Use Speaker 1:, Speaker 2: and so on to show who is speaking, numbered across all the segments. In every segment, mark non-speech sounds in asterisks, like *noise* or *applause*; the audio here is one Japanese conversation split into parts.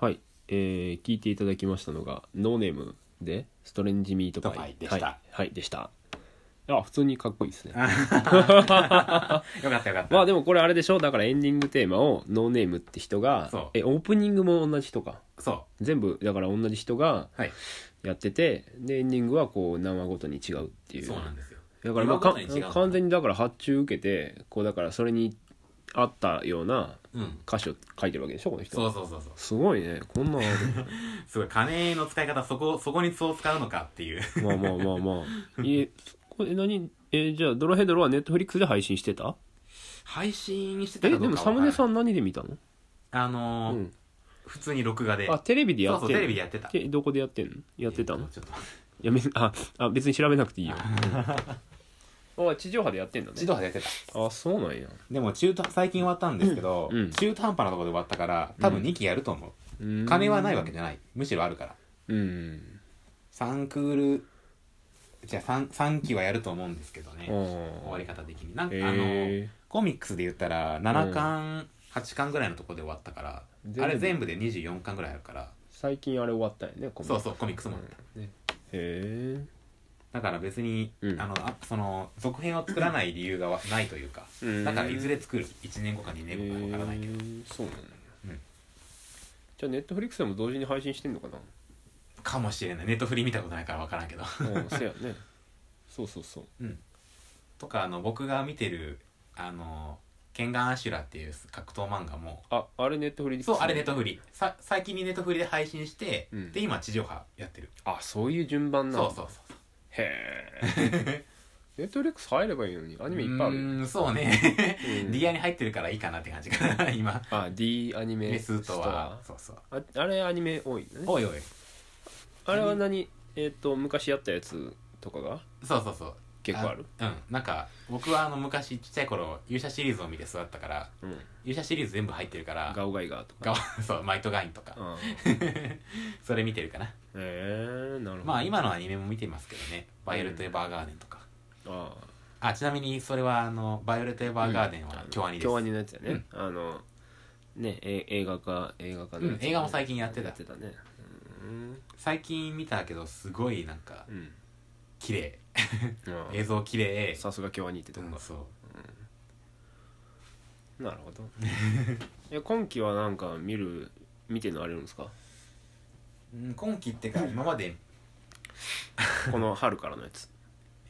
Speaker 1: はい、えー聞いていただきましたのが「ノーネーム」で「ストレンジミートパイ」
Speaker 2: パイでした
Speaker 1: はい、はい、でしたあ普通にかっこいいですね
Speaker 2: よかったよかった。
Speaker 1: まあでもこれあれでしょだからエンディングテーマを「ノーネーム」って人が
Speaker 2: そう
Speaker 1: えオープニングも同じ人か
Speaker 2: そ
Speaker 1: 全部だから同じ人が
Speaker 2: う。はい。
Speaker 1: やっててでエンディングはこう何話ごとに違うっていう
Speaker 2: そうなんですよ。
Speaker 1: だからまあか
Speaker 2: 今ごとに違うの
Speaker 1: 完全にだから発注受けてこうだからそれに合ったような
Speaker 2: うん。
Speaker 1: 歌詞を書いてるわけでしょこの人
Speaker 2: そうそうそうそう。
Speaker 1: すごいねこんな
Speaker 2: すごい、金の使い方、そこ、そこにそう使うのかっていう。
Speaker 1: まあまあまあまあえこれ何えーじゃあドロヘドロはネットフリックスで配信してた
Speaker 2: 配信してた
Speaker 1: え
Speaker 2: か
Speaker 1: で
Speaker 2: どう
Speaker 1: も
Speaker 2: か
Speaker 1: サ
Speaker 2: は
Speaker 1: ムネ
Speaker 2: ん。
Speaker 1: さん何で見たの
Speaker 2: あのー
Speaker 1: うん
Speaker 2: 普通に録画で。
Speaker 1: あテレビでや
Speaker 2: そう
Speaker 1: って
Speaker 2: そ
Speaker 1: ん
Speaker 2: う、テレビでやってた。
Speaker 1: えどこでやってんのやってたの
Speaker 2: えとちょっと待って
Speaker 1: いや別にああ別に調べなくていい
Speaker 2: *laughs*
Speaker 1: よあ地上波でやってんだね
Speaker 2: 自動波でやってた。
Speaker 1: あそうなんや
Speaker 2: でも中途、最近終わったんですけど、
Speaker 1: うん
Speaker 2: 中途半端なところで終わったから、多分2期やると思う。
Speaker 1: うーん
Speaker 2: 金はないわけじゃない。むしろあるから。
Speaker 1: うん
Speaker 2: 3クール、じゃあ 3, 三期はやると思うんですけどね。
Speaker 1: あー
Speaker 2: 終わり方的に。なんか、あのー
Speaker 1: え
Speaker 2: コミックスで言ったら7巻、8巻ぐらいのところで終わったから
Speaker 1: 全部
Speaker 2: あれ全部で24巻ぐらいあるから
Speaker 1: 最近あれ終わったよねコミッ
Speaker 2: そう
Speaker 1: ク
Speaker 2: そうコミックスもあった、
Speaker 1: ねへ
Speaker 2: だから別に、
Speaker 1: うん
Speaker 2: あのあその続編を作らない理由がわないというか
Speaker 1: うん
Speaker 2: だからいずれ作る1年後か2
Speaker 1: え
Speaker 2: 年後かわからないけど、
Speaker 1: そうなんだ
Speaker 2: うん
Speaker 1: じゃあネットフリックスでも同時に配信してんのかな
Speaker 2: かもしれないネットフリ見たことないからわからんけど *laughs*
Speaker 1: うんせやねそうそうそう
Speaker 2: うんとかあの僕が見てるあのケンガンアシュラっていう格闘漫画も
Speaker 1: ああれネットフリックス
Speaker 2: そうあれネットフリさ最近にネットフリで配信して、
Speaker 1: うん
Speaker 2: で今地上波やってる
Speaker 1: あそういう順番な
Speaker 2: そ
Speaker 1: の
Speaker 2: うそうそう
Speaker 1: へえ
Speaker 2: *laughs*
Speaker 1: ネットフリックス入ればいいのにアニメいっぱいある
Speaker 2: う
Speaker 1: よ
Speaker 2: ーんそうね
Speaker 1: うん
Speaker 2: D アに入ってるからいいかなって感じ
Speaker 1: *laughs*
Speaker 2: かな今
Speaker 1: あ D アニメ
Speaker 2: メ
Speaker 1: ス
Speaker 2: ス
Speaker 1: ト
Speaker 2: と
Speaker 1: ア
Speaker 2: はそうそう
Speaker 1: ああれアニメ多いね
Speaker 2: おいおい
Speaker 1: あれは何えっ、と昔やったやつとかが
Speaker 2: そうそうそう
Speaker 1: 結構ある
Speaker 2: うんなんか僕はあの昔ちっちゃい頃勇者シリーズを見て育ったから
Speaker 1: うん
Speaker 2: 勇者シリーズ全部入ってるから
Speaker 1: ガオガイガーとか
Speaker 2: が *laughs* そうマイトガインとか
Speaker 1: うん
Speaker 2: *laughs* それ見てるかな
Speaker 1: へえなるほど
Speaker 2: まあ今のアニメも見てますけどね「バイオレット・エヴァーガーデン」とか
Speaker 1: あ
Speaker 2: あちなみにそれはあの「バイオレット・エヴァーガーデン」
Speaker 1: あ
Speaker 2: は京アニです
Speaker 1: 京アニのやつやね、あのねえ映画化映画化のやつ、
Speaker 2: うん映画も最近やってた
Speaker 1: やってたねうん
Speaker 2: 最近見たけどすごいなんか *laughs*
Speaker 1: うん、
Speaker 2: 綺麗
Speaker 1: あ
Speaker 2: 映像綺麗
Speaker 1: さすが京アニってと
Speaker 2: う
Speaker 1: こ
Speaker 2: ん
Speaker 1: が、
Speaker 2: そう
Speaker 1: なるほど *laughs* え今期はなんか見る見てのあれるんですか
Speaker 2: うん今期ってか今まで
Speaker 1: この春からのや
Speaker 2: *laughs*
Speaker 1: つ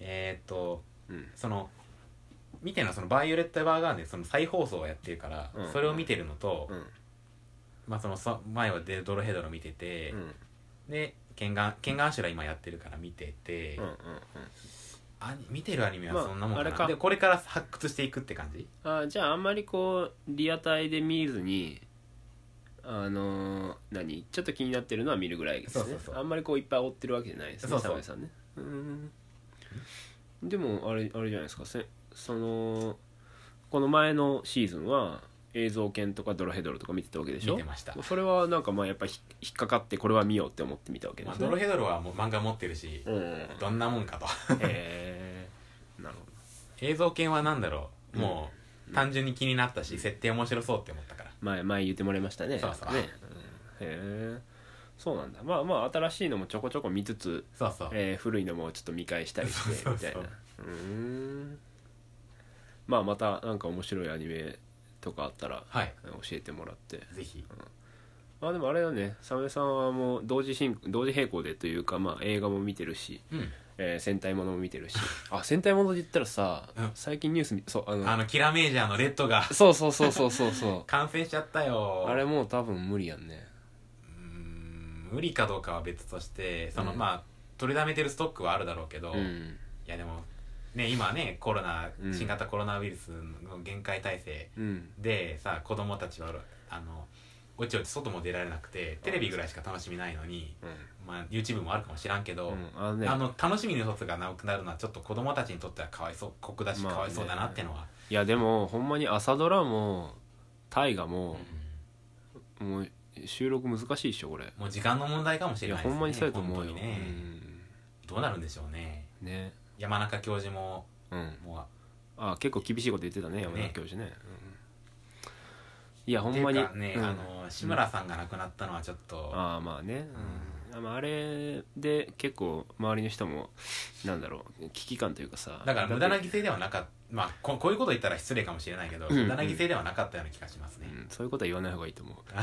Speaker 2: えーっと
Speaker 1: うん
Speaker 2: その見てるのはそのバイオレット・エヴァーガーデンその再放送をやってるから、
Speaker 1: うん
Speaker 2: それを見てるのと、
Speaker 1: うん
Speaker 2: まあそのさ前はデドロヘドロ見てて、
Speaker 1: うん
Speaker 2: でケンガンケンガンアシュラ今やってるから見てて、
Speaker 1: うんうんうん
Speaker 2: アニ見てるアニメはそんなもんか
Speaker 1: まあ
Speaker 2: な、
Speaker 1: あれか
Speaker 2: でこれから発掘していくって感じ
Speaker 1: あじゃああんまりこうリアタイで見ずにあのー何ちょっと気になってるのは見るぐらいですね
Speaker 2: そうそうそう
Speaker 1: あんまりこういっぱい追ってるわけじゃないですね
Speaker 2: そうそう
Speaker 1: サムエさんねうーんでもあれあれじゃないですかせそのこの前のシーズンは映像犬とかドロヘドロとか見てたわけでしょ
Speaker 2: 見てました
Speaker 1: それはなんかまあやっぱひ引っかかってこれは見ようって思って見たわけで
Speaker 2: まあ、
Speaker 1: す
Speaker 2: ド
Speaker 1: ね、
Speaker 2: ロヘドロはもう漫画持ってるし、
Speaker 1: うんへ
Speaker 2: どんなもんかと
Speaker 1: えなるほど
Speaker 2: 映像系は何だろうもう、単純に気になったし設定面白そうって思ったから
Speaker 1: 前前言ってもらいましたね
Speaker 2: そうそう
Speaker 1: ね、うんへえそうなんだまあまあ新しいのもちょこちょこ見つつ、
Speaker 2: そうそう、
Speaker 1: えー古いのもちょっと見返したりして
Speaker 2: そう
Speaker 1: み
Speaker 2: そう
Speaker 1: た
Speaker 2: そう
Speaker 1: いなうーんまあまたなんか面白いアニメとかあったら
Speaker 2: はい
Speaker 1: えー教えてもらって
Speaker 2: ぜひ
Speaker 1: まあでもあれだねサメさんはもう同時進同時並行でというかまあ映画も見てるし、
Speaker 2: うん
Speaker 1: えー戦隊ものも見てるし *laughs* あ戦隊もので言ったらさ、
Speaker 2: うん
Speaker 1: 最近ニュース見そうあの
Speaker 2: あのキラメージャーのレッドが
Speaker 1: そうそうそうそうそうそ
Speaker 2: 完成しちゃったよ *laughs*
Speaker 1: うあれもう多分無理やんね
Speaker 2: うーん無理かどうかは別としてその、
Speaker 1: うん
Speaker 2: まあ取りだめてるストックはあるだろうけど、
Speaker 1: う
Speaker 2: い
Speaker 1: ん
Speaker 2: やでもね今ねコロナ
Speaker 1: うん
Speaker 2: 新型コロナウイルスの限界体制
Speaker 1: うん
Speaker 2: でさ子供たちはあのおちおち外も出られなくてテレビぐらいしか楽しみないのに、
Speaker 1: う
Speaker 2: まあ、YouTube もあるかもしらんけど、
Speaker 1: ん、うん、あのね
Speaker 2: あの楽しみの一つがなくなるのはちょっと子供たちにとってはかわいそう酷だし
Speaker 1: まあね
Speaker 2: かわいそうだなってのは、
Speaker 1: いやでもほんまに朝ドラも大河も
Speaker 2: う、ん
Speaker 1: もう収録難しいっしょこれ
Speaker 2: もう時間の問題かもし
Speaker 1: い
Speaker 2: れ
Speaker 1: や
Speaker 2: ない
Speaker 1: ほんまにそうやと思うよ、
Speaker 2: 本当にね、どうなるんでしょうね
Speaker 1: うんね
Speaker 2: 山中教授も
Speaker 1: うん
Speaker 2: もう
Speaker 1: あ結構厳しいこと言ってたね山田教授ねいやほんまに
Speaker 2: っていうかね、
Speaker 1: うん
Speaker 2: あの志村さんが亡くなったのはちょっと、
Speaker 1: ああまあね、うんまああれで結構周りの人もなんだろう危機感というかさ
Speaker 2: だから無駄な
Speaker 1: だって
Speaker 2: 犠牲ではなかったまあここういうこと言ったら失礼かもしれないけど、
Speaker 1: うん
Speaker 2: 無駄な犠牲ではなかったような気がしますね、
Speaker 1: うんそういうことは言わない方がいいと
Speaker 2: *laughs*
Speaker 1: 思う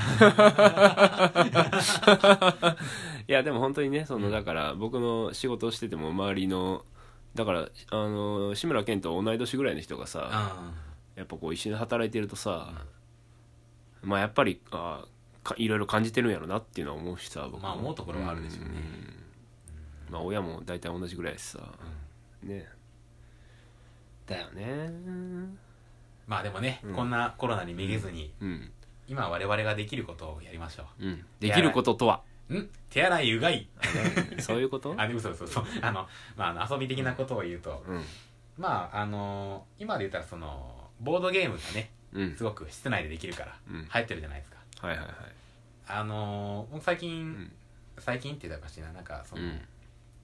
Speaker 1: いやでも本当にねそのだから僕の仕事をしてても周りのだからあの志村けんと同い年ぐらいの人がさ、
Speaker 2: あ
Speaker 1: やっぱこう一緒に働いてるとさ、まあやっぱりあーかいろいろ感じてるんやろなっていうのは思うしさ僕も
Speaker 2: まあ思うところはあるでしょうね
Speaker 1: うんまあ親も大体同じぐらいですさ、ねだよね
Speaker 2: まあでもね、
Speaker 1: うん
Speaker 2: こんなコロナにめげずに、
Speaker 1: うん
Speaker 2: 今我々ができることをやりましょ
Speaker 1: うんできることとは
Speaker 2: う。ん手洗いうがい。
Speaker 1: そういう *laughs* こと
Speaker 2: あ、でもそうそうそう。あの、まああの、遊び的なことを言うと、
Speaker 1: うん
Speaker 2: まあ、あの今で言ったらその、ボードゲームがね、
Speaker 1: うん
Speaker 2: すごく室内でできるから、
Speaker 1: うん
Speaker 2: 流行ってるじゃないですか。
Speaker 1: はいはいはい
Speaker 2: あの僕最近、
Speaker 1: ん
Speaker 2: 最近って言ったらおかしいな、なんかその、
Speaker 1: うん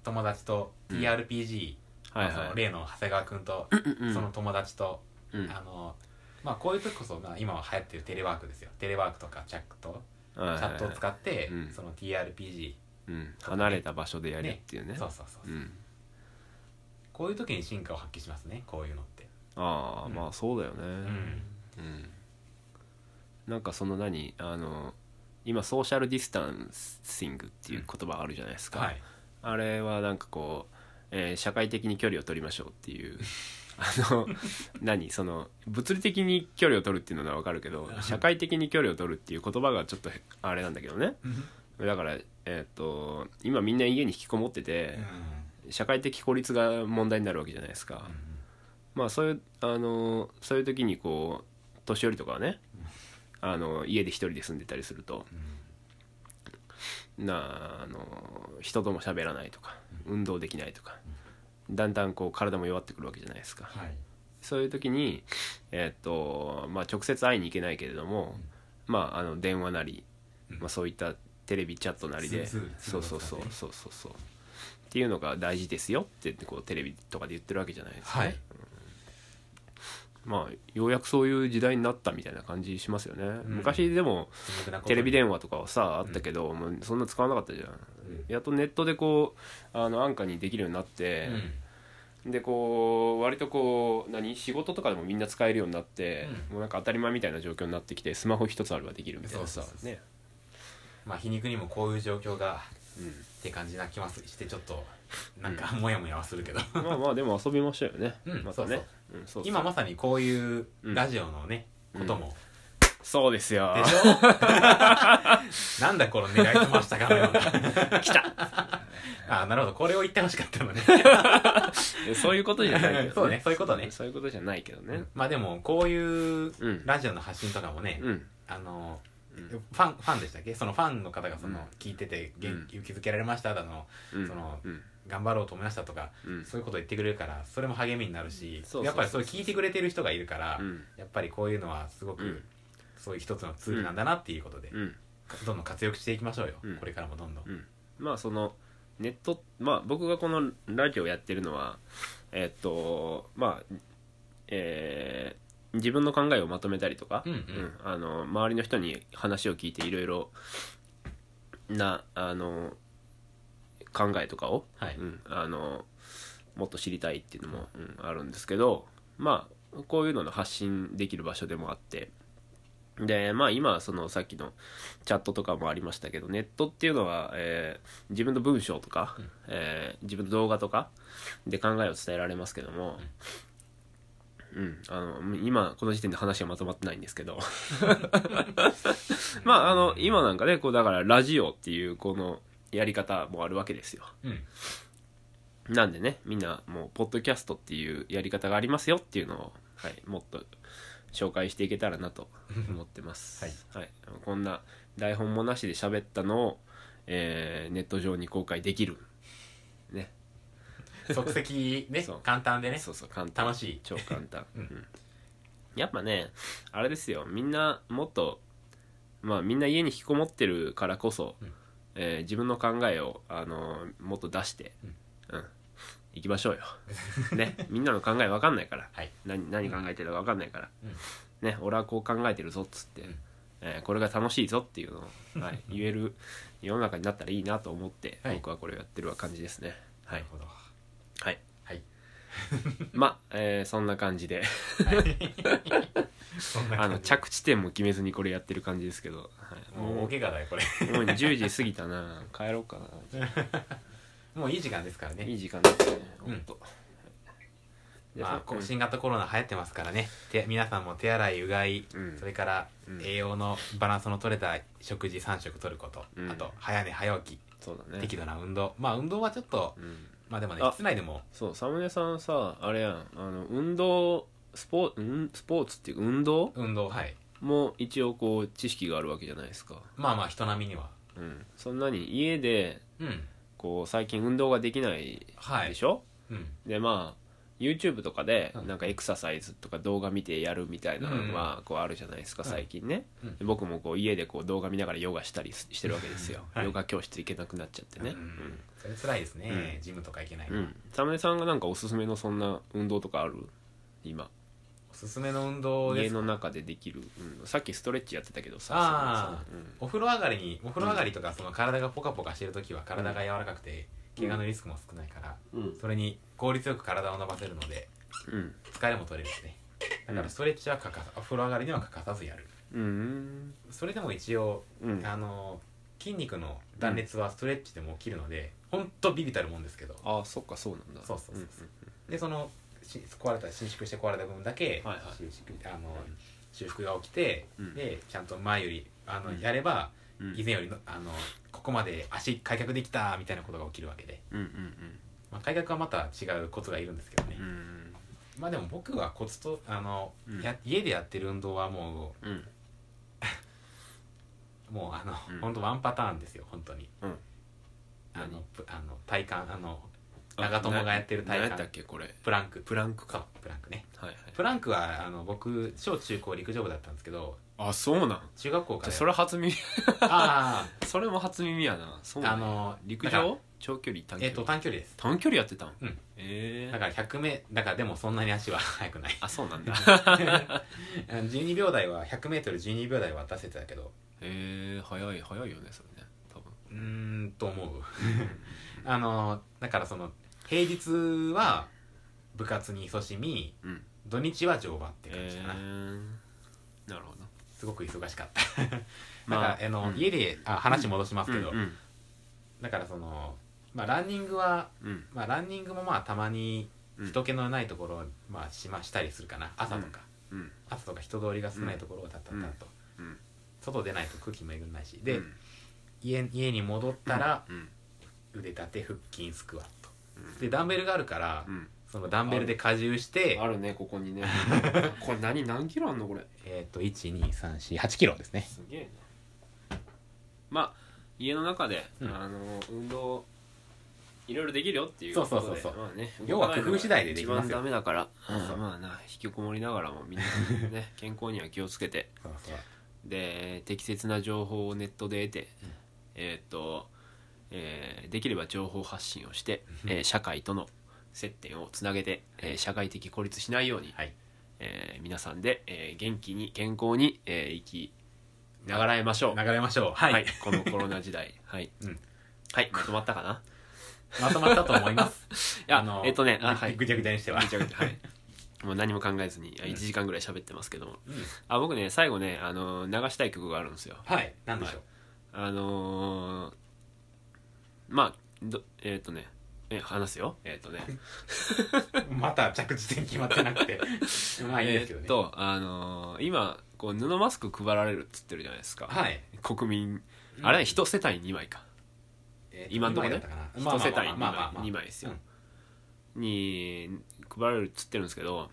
Speaker 2: 友達と TRPG、
Speaker 1: はい
Speaker 2: まあそ
Speaker 1: は
Speaker 2: の
Speaker 1: い
Speaker 2: 例の長谷川君と、
Speaker 1: うん
Speaker 2: その友達と、
Speaker 1: うん
Speaker 2: あのまあこういう時こそ、まあ、今は流行ってるテレワークですよテレワークとかチャットチ
Speaker 1: はいはい
Speaker 2: ャットを使って、
Speaker 1: うん
Speaker 2: その TRPG、
Speaker 1: うん離れた場所でやるっていうね
Speaker 2: そうそうそう、
Speaker 1: うん
Speaker 2: こういう時に進化を発揮しますねこういうのって
Speaker 1: ああ
Speaker 2: うん
Speaker 1: まあそうだよね
Speaker 2: うん
Speaker 1: うんなんかその何あの今ソーシャルディスタンシングっていう言葉あるじゃないですか、
Speaker 2: はい
Speaker 1: あれはなんかこう、えー社会的に距離を取りましょうっていう
Speaker 2: *laughs*
Speaker 1: あの何その物理的に距離を取るっていうのは分かるけど社会的に距離を取るっていう言葉がちょっとへあれなんだけどねだからえーっと今みんな家に引きこもってて
Speaker 2: うん
Speaker 1: 社会的孤立が問題になるわけじゃないですか、まあそういうあのそういう時にこう年寄りとかはねあの家で一人で住んでたりするとなああの人とも喋らないとか運動できないとかだんだんこう体も弱ってくるわけじゃないですか
Speaker 2: はい
Speaker 1: そういう時にえっとまあ直接会いに行けないけれどもまああの電話なり
Speaker 2: うん
Speaker 1: まあそういったテレビチャットなりで
Speaker 2: ツールツ
Speaker 1: そ
Speaker 2: ー
Speaker 1: う
Speaker 2: ル
Speaker 1: そうそう
Speaker 2: ツールを
Speaker 1: そうそうそうっていうのが大事ですよってこうテレビとかで言ってるわけじゃないですか
Speaker 2: は
Speaker 1: ね
Speaker 2: い
Speaker 1: まあようやくそういう時代になったみたいな感じしますよね、
Speaker 2: ん
Speaker 1: 昔でも
Speaker 2: 素朴なこと
Speaker 1: テレビ電話とかはさあったけど、もうそんな使わなかったじゃん、
Speaker 2: ん
Speaker 1: やっとネットでこうあの安価にできるようになって
Speaker 2: うん、
Speaker 1: でこう割とこう何仕事とかでもみんな使えるようになって、
Speaker 2: うん
Speaker 1: もうなんか当たり前みたいな状況になってきてスマホ一つあればできるみたいなさ
Speaker 2: そうそうそう
Speaker 1: ね
Speaker 2: まあ皮肉にもこういう状況が
Speaker 1: うん
Speaker 2: って感じな気もしてちょっとなんかモヤモヤはするけど
Speaker 1: ま
Speaker 2: *laughs*
Speaker 1: あまあでも遊びましたよね、
Speaker 2: うん
Speaker 1: またねうんそうそう
Speaker 2: 今まさにこういうラジオのね、
Speaker 1: うん
Speaker 2: ことも、
Speaker 1: そうですよ
Speaker 2: でしょなんだこの狙いとましたかのような
Speaker 1: *laughs* 来た
Speaker 2: *laughs* あなるほどこれを言ってほしかったのね
Speaker 1: そういうことじゃないけど、
Speaker 2: *laughs* そうねそういうことね
Speaker 1: そういうことじゃないけどね
Speaker 2: まあでもこういう
Speaker 1: うん
Speaker 2: ラジオの発信とかもね、
Speaker 1: うん
Speaker 2: あの
Speaker 1: うん
Speaker 2: ファンファンでしたっけそのファンの方がその、
Speaker 1: うん
Speaker 2: 聞いてて
Speaker 1: う
Speaker 2: 元
Speaker 1: ん
Speaker 2: 気づけられましただの
Speaker 1: うん
Speaker 2: その
Speaker 1: うん
Speaker 2: 頑張ろうと思いましたとか、
Speaker 1: うん
Speaker 2: そういうこと言ってくれるからそれも励みになるし
Speaker 1: そうそうそう
Speaker 2: やっぱりそれ聞いてくれてる人がいるから、
Speaker 1: うん
Speaker 2: やっぱりこういうのはすごく、
Speaker 1: うん
Speaker 2: そういう一つのツールなんだなっていうことで、
Speaker 1: うん
Speaker 2: どんどん活躍していきましょうよ、
Speaker 1: うん
Speaker 2: これからもどんどん、
Speaker 1: うんまあそのネットまあ僕がこのラジオやってるのはえっとまあえー自分の考えをまとめたりとか、
Speaker 2: うんうん
Speaker 1: あの周りの人に話を聞いていろいろなあの考えとかを、
Speaker 2: はい
Speaker 1: うん、あのもっと知りたいっていうのも、うんあるんですけどまあこういうのの発信できる場所でもあってでまあ今はそのさっきのチャットとかもありましたけどネットっていうのは、えー自分の文章とか、えー自分の動画とかで考えを伝えられますけども、うん、あの今この時点で話がまとまってないんですけど *laughs* *laughs* まああの今なんかねこうだからラジオっていうこのやり方もあるわけですよ
Speaker 2: うん
Speaker 1: なんでねみんなもうポッドキャストっていうやり方がありますよっていうのを、はい、もっと紹介していけたらなと思ってます、 *laughs* はいこんな台本もなしで喋ったのを、えーネット上に公開できるね
Speaker 2: 即席ね
Speaker 1: そう
Speaker 2: 簡単でね
Speaker 1: そうそう簡単
Speaker 2: 楽しい
Speaker 1: 超簡単、
Speaker 2: うん
Speaker 1: うんやっぱねあれですよみんなもっとまあみんな家に引きこもってるからこそ、
Speaker 2: うん
Speaker 1: えー自分の考えを、あのもっと出して
Speaker 2: う
Speaker 1: う
Speaker 2: ん
Speaker 1: ん、行きまし
Speaker 2: *laughs*
Speaker 1: ょうよねみんなの考え分かんないから
Speaker 2: はい
Speaker 1: 何何考えてるか分かんないから、
Speaker 2: うん
Speaker 1: ね俺はこう考えてるぞっつって、
Speaker 2: うん
Speaker 1: えーこれが楽しいぞっていうのを、
Speaker 2: *laughs*
Speaker 1: はい、言える世の中になったらいいなと思って、
Speaker 2: はい
Speaker 1: 僕はこれをやってる感じですね。は
Speaker 2: ないる、ほど
Speaker 1: はい、
Speaker 2: はい
Speaker 1: まあ、えーそんな感じで
Speaker 2: そんな
Speaker 1: あの
Speaker 2: 感じ
Speaker 1: 着地点も決めずにこれやってる感じですけど、はい、
Speaker 2: もう
Speaker 1: も
Speaker 2: 大
Speaker 1: う
Speaker 2: 怪我だよこれ
Speaker 1: もう10時過ぎたな帰ろうかな
Speaker 2: もういい時間ですからね
Speaker 1: いい時間ですね
Speaker 2: うん
Speaker 1: 本当、で
Speaker 2: まあ、
Speaker 1: そ
Speaker 2: こう新型コロナ流行ってますからね手皆さんも手洗いうがい、
Speaker 1: うん
Speaker 2: それから
Speaker 1: うん
Speaker 2: 栄養のバランスの取れた食事3食取ること、
Speaker 1: うん
Speaker 2: あと早寝早起
Speaker 1: そうだ
Speaker 2: き
Speaker 1: ね
Speaker 2: 適度な運動まあ運動はちょっと
Speaker 1: うん
Speaker 2: まあでもね
Speaker 1: あ
Speaker 2: 室内でも
Speaker 1: そうサムネさんさあれやんあの運動スポ,、うん、スポーツっていうか運動
Speaker 2: 運動はい
Speaker 1: も一応こう知識があるわけじゃないですか、
Speaker 2: まあまあ人並みには
Speaker 1: うん、そんなに家で
Speaker 2: うん
Speaker 1: こう最近運動ができない
Speaker 2: はい
Speaker 1: でしょ、
Speaker 2: うん
Speaker 1: でまあ YouTube とかで
Speaker 2: うん
Speaker 1: なんかエクササイズとか動画見てやるみたいなのはこうあるじゃないですか
Speaker 2: うん
Speaker 1: 最近ね、
Speaker 2: うん
Speaker 1: で僕もこう家でこう動画見ながらヨガしたりししてるわけですよ、
Speaker 2: はい
Speaker 1: ヨガ教室行けなくなっちゃってね
Speaker 2: うんそれ辛いですね、
Speaker 1: うん
Speaker 2: ジムとか行けない、
Speaker 1: うん、うん、サムネさんがなんかおすすめのそんな運動とかある今
Speaker 2: おすすめの運動で
Speaker 1: 家
Speaker 2: す
Speaker 1: の中でできる、うん、さっきストレッチやってたけどさ
Speaker 2: あ
Speaker 1: そのさ
Speaker 2: お風呂上がりにお風呂上がりとかその体がポカポカしてる時は体が柔らかくて
Speaker 1: うん
Speaker 2: 怪我のリスクも少ないから、
Speaker 1: うんうん
Speaker 2: それに効率よく体を伸ばせるので
Speaker 1: うん
Speaker 2: 疲れも取れるしねだか
Speaker 1: うん
Speaker 2: らストレッチは欠かさお風呂上がりには欠かさずやる
Speaker 1: うん
Speaker 2: それでも一応、
Speaker 1: うん
Speaker 2: あの筋肉の断裂はストレッチでも起きるのでほんとビビたるもんですけど
Speaker 1: ああそっかそうなんだ
Speaker 2: そうそうそうそ
Speaker 1: ん
Speaker 2: でそのし壊れた伸縮して壊れた分だけ、
Speaker 1: はいはい
Speaker 2: 収縮あの修復が起きて、
Speaker 1: うん
Speaker 2: でちゃんと前よりあの、
Speaker 1: うん
Speaker 2: やれば
Speaker 1: うんうん
Speaker 2: 以前よりのあのここまで足開脚できたみたいなことが起きるわけで、
Speaker 1: うんうん
Speaker 2: まあ、開脚はまた違うコツがいるんですけどね、
Speaker 1: うんうん
Speaker 2: まあでも僕はコツとあの、
Speaker 1: うん
Speaker 2: や家でやってる運動はも
Speaker 1: うん
Speaker 2: うもうあの、
Speaker 1: うん
Speaker 2: ほんとワンパターンですよ本当に、
Speaker 1: うん
Speaker 2: あの
Speaker 1: 何
Speaker 2: ぷあの体幹あの
Speaker 1: あ
Speaker 2: 長友がやってる
Speaker 1: な何
Speaker 2: 体
Speaker 1: やったっ
Speaker 2: 幹
Speaker 1: けこれ
Speaker 2: プランク
Speaker 1: プランク
Speaker 2: そう
Speaker 1: か
Speaker 2: プランクね
Speaker 1: はいはい
Speaker 2: プランクはあの僕小中高陸上部だったんですけど
Speaker 1: あそうなんじゃ
Speaker 2: 中学校か
Speaker 1: あ
Speaker 2: ら
Speaker 1: それ初耳 *laughs*
Speaker 2: あ
Speaker 1: それも初耳やなそう
Speaker 2: あ
Speaker 1: な
Speaker 2: あ
Speaker 1: んや
Speaker 2: の
Speaker 1: 陸
Speaker 2: だから
Speaker 1: 上長距離短距
Speaker 2: え
Speaker 1: 離、
Speaker 2: っと短距離です
Speaker 1: 短距離やってたん、
Speaker 2: うん
Speaker 1: ええ
Speaker 2: だから100メだからでもそんなに足は *laughs* 速くない
Speaker 1: あそうなんだ
Speaker 2: 12秒台は 100m12 秒台は出せてたけど
Speaker 1: *laughs* ええ早い早いよねそれね多分
Speaker 2: うーんと思う *laughs* あのだからその平日は部活に勤しみ
Speaker 1: うん
Speaker 2: 土日は乗馬って感
Speaker 1: え
Speaker 2: じ
Speaker 1: え
Speaker 2: かな、
Speaker 1: なるほど
Speaker 2: すごく忙しかっただ
Speaker 1: まあ
Speaker 2: から、あの
Speaker 1: うん
Speaker 2: 家であ話戻しますけど、
Speaker 1: うんうん
Speaker 2: だからそのまあランニングは
Speaker 1: うん
Speaker 2: まあランニングもまあたまに
Speaker 1: うん
Speaker 2: 人気のないところをまあしましたりするかな朝とか、
Speaker 1: うん
Speaker 2: 朝とか人通りが少ないところをたったったと、
Speaker 1: うん
Speaker 2: 外出ないと空気もえぐんないしで、
Speaker 1: うん
Speaker 2: 家家に戻ったら
Speaker 1: うん
Speaker 2: 腕立て腹筋スクワット
Speaker 1: うん
Speaker 2: でダンベルがあるから、
Speaker 1: うん
Speaker 2: そのダンベルで荷重して
Speaker 1: あるねここ
Speaker 2: *laughs*
Speaker 1: にねこれ何何キロあんのこれ
Speaker 2: えっ、と12348キロですね
Speaker 1: すげえなまあ家の中で、
Speaker 2: うん
Speaker 1: あの運動いろいろできるよっていう
Speaker 2: そうそうそうそ
Speaker 1: こと
Speaker 2: う
Speaker 1: でまあね、
Speaker 2: 要は工夫次第でできますよ
Speaker 1: 一番ダメだから、
Speaker 2: そうそう
Speaker 1: うんまあな引きこもりながらもみんな
Speaker 2: *laughs*
Speaker 1: ね健康には気をつけて
Speaker 2: そうそう
Speaker 1: で適切な情報をネットで得て、
Speaker 2: うん
Speaker 1: えーっと、えーできれば情報発信をして、
Speaker 2: うん
Speaker 1: えー社会との接点をつなげて、えー社会的孤立しないように、
Speaker 2: はい
Speaker 1: えー皆さんで、えー元気に健康に、えー生きながらえましょう。
Speaker 2: 流れましょうはい、
Speaker 1: このコロナ時代はい、
Speaker 2: うん
Speaker 1: はいまとまったかな
Speaker 2: まとまったと思い
Speaker 1: *laughs*
Speaker 2: ます
Speaker 1: いやえっとねあは
Speaker 2: はいいぐちゃぐちゃにしては
Speaker 1: ぐちゃぐちゃはいもう何も考えずに1時間ぐらい喋ってますけども、
Speaker 2: うん
Speaker 1: あ僕ね最後ねあのー流したい曲があるんですよ
Speaker 2: はいなんでしょう、
Speaker 1: あのー、まあどえっ、とねえ話すよえっ、と
Speaker 2: *laughs*
Speaker 1: ね
Speaker 2: また着地点決まってなく
Speaker 1: *laughs*
Speaker 2: てまあいいですけど
Speaker 1: え
Speaker 2: ね
Speaker 1: っ、とあのー今こう布マスク配られるっつってるじゃないですか、
Speaker 2: はい
Speaker 1: 国民
Speaker 2: うん
Speaker 1: あれ一世帯に2枚か、
Speaker 2: えー
Speaker 1: 今んとこね
Speaker 2: 二枚だったかな
Speaker 1: 一世帯に
Speaker 2: まあまあまあまあまあ
Speaker 1: 2枚ですよ
Speaker 2: うん
Speaker 1: に配られるっつってるんですけど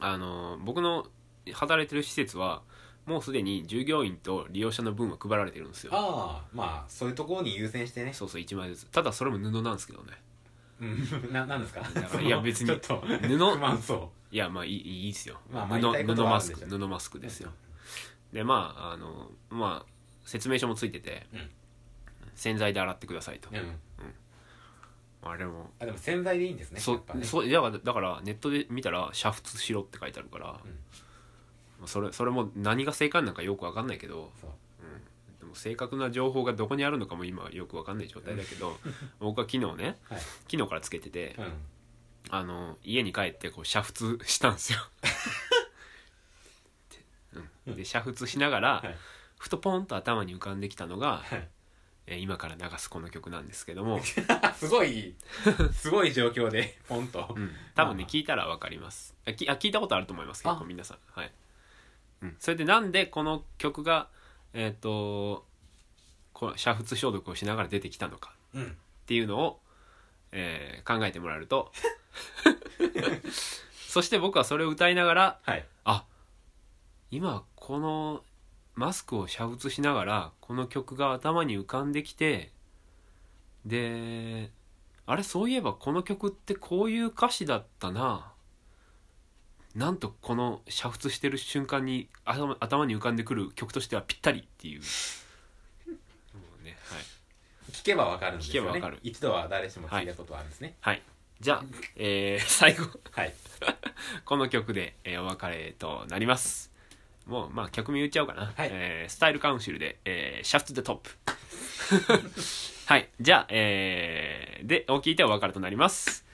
Speaker 1: あの僕の働いてる施設はもうすでに従業員と利用者の分は配られてるんですよ
Speaker 2: ああまあそういうところに優先してね
Speaker 1: そうそう1枚ずつただそれも布なんですけどね
Speaker 2: うん *laughs* ななんですか
Speaker 1: だから
Speaker 2: その
Speaker 1: いや別に
Speaker 2: ちょっと
Speaker 1: 布
Speaker 2: 不満そ
Speaker 1: いやまあいいいいですよ、
Speaker 2: まあまあ言いたい
Speaker 1: 布
Speaker 2: こ
Speaker 1: 布
Speaker 2: とは
Speaker 1: マ
Speaker 2: あるん
Speaker 1: ス
Speaker 2: でし
Speaker 1: ク
Speaker 2: ょう
Speaker 1: 布マスク
Speaker 2: う
Speaker 1: ですよでまああのまあ説明書もついてて、
Speaker 2: うん
Speaker 1: 洗剤で洗ってくださいと、
Speaker 2: うん
Speaker 1: あれも
Speaker 2: あでも洗剤でいいんですね
Speaker 1: そ
Speaker 2: やっぱね
Speaker 1: そうだからだからネットで見たら煮沸しろって書いてあるから、
Speaker 2: うん
Speaker 1: まあそれそれも何が正解なんかよく分かんないけど、
Speaker 2: そう
Speaker 1: うん、でも正確な情報がどこにあるのかも今よく分かんない状態だけ
Speaker 2: *laughs*
Speaker 1: ど僕は昨日ね
Speaker 2: はい
Speaker 1: 昨日からつけてて
Speaker 2: うん
Speaker 1: あの家に帰ってこう煮沸したん
Speaker 2: *laughs*
Speaker 1: ですよ。でうんで煮沸しながら、
Speaker 2: はい
Speaker 1: ふとポンと頭に浮かんできたのが、
Speaker 2: はい
Speaker 1: えー今から流すこの曲なんですけど
Speaker 2: *laughs*
Speaker 1: も、
Speaker 2: あすごいすごい状況でポ
Speaker 1: *laughs*
Speaker 2: ンと
Speaker 1: うん、多分ね
Speaker 2: まあまあ
Speaker 1: 聞いたら分かりますあきあ聞いたことあると思います結構
Speaker 2: あ
Speaker 1: 皆さんはい、うん、それでなんでこの曲がえっ、とこう煮沸消毒をしながら出てきたのか
Speaker 2: うん
Speaker 1: っていうのを、えー考えてもらえるとそして僕はそれを歌いながら
Speaker 2: はい
Speaker 1: あ今このマスクを煮沸しながらこの曲が頭に浮かんできてであれそういえばこの曲ってこういう歌詞だったななんとこの煮沸してる瞬間に頭頭に浮かんでくる曲としてはぴったりっていう。もうねはい
Speaker 2: 聞けばわかるんです
Speaker 1: 聞
Speaker 2: よ、ね、
Speaker 1: けばわかる
Speaker 2: 一度は誰しも聞いたことあるんですね
Speaker 1: はい。じゃあ、えー最後、
Speaker 2: はい
Speaker 1: *laughs* この曲で、えーお別れとなります。もう、まあ、曲名言っちゃおうかな。
Speaker 2: はい
Speaker 1: えースタイルカウンシルで、えー、シャフト・デ・トップ。 *laughs* はい。じゃあ、えーで、お聞いてお別れとなります。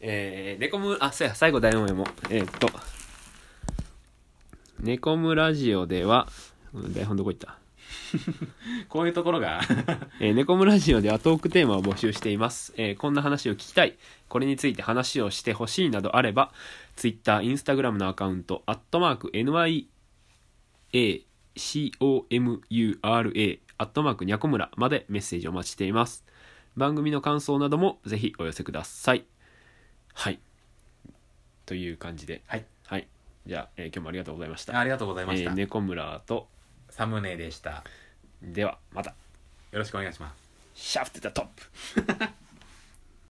Speaker 1: えー、ネコム、あ、そうや、最後だよ、も。えーっと、ネコムラジオでは、うん台本どこ行った
Speaker 2: こういうところが *laughs*
Speaker 1: えー、ネコムラジオではトークテーマを募集しています、えーこんな話を聞きたいこれについて話をしてほしいなどあれば Twitter、Instagram のアカウント「アットマーク #NYACOMURA」「アットマークにゃこむら」までメッセージをお待ちしています番組の感想などもぜひお寄せくださいはいという感じでは
Speaker 2: はい、
Speaker 1: はい、じゃあ、えー今日もありがとうございました
Speaker 2: ありがとうございまし
Speaker 1: え
Speaker 2: た、
Speaker 1: ー、ネコムラと
Speaker 2: サムネでした
Speaker 1: ではまた
Speaker 2: よろしくお願いします
Speaker 1: シャフテたトップ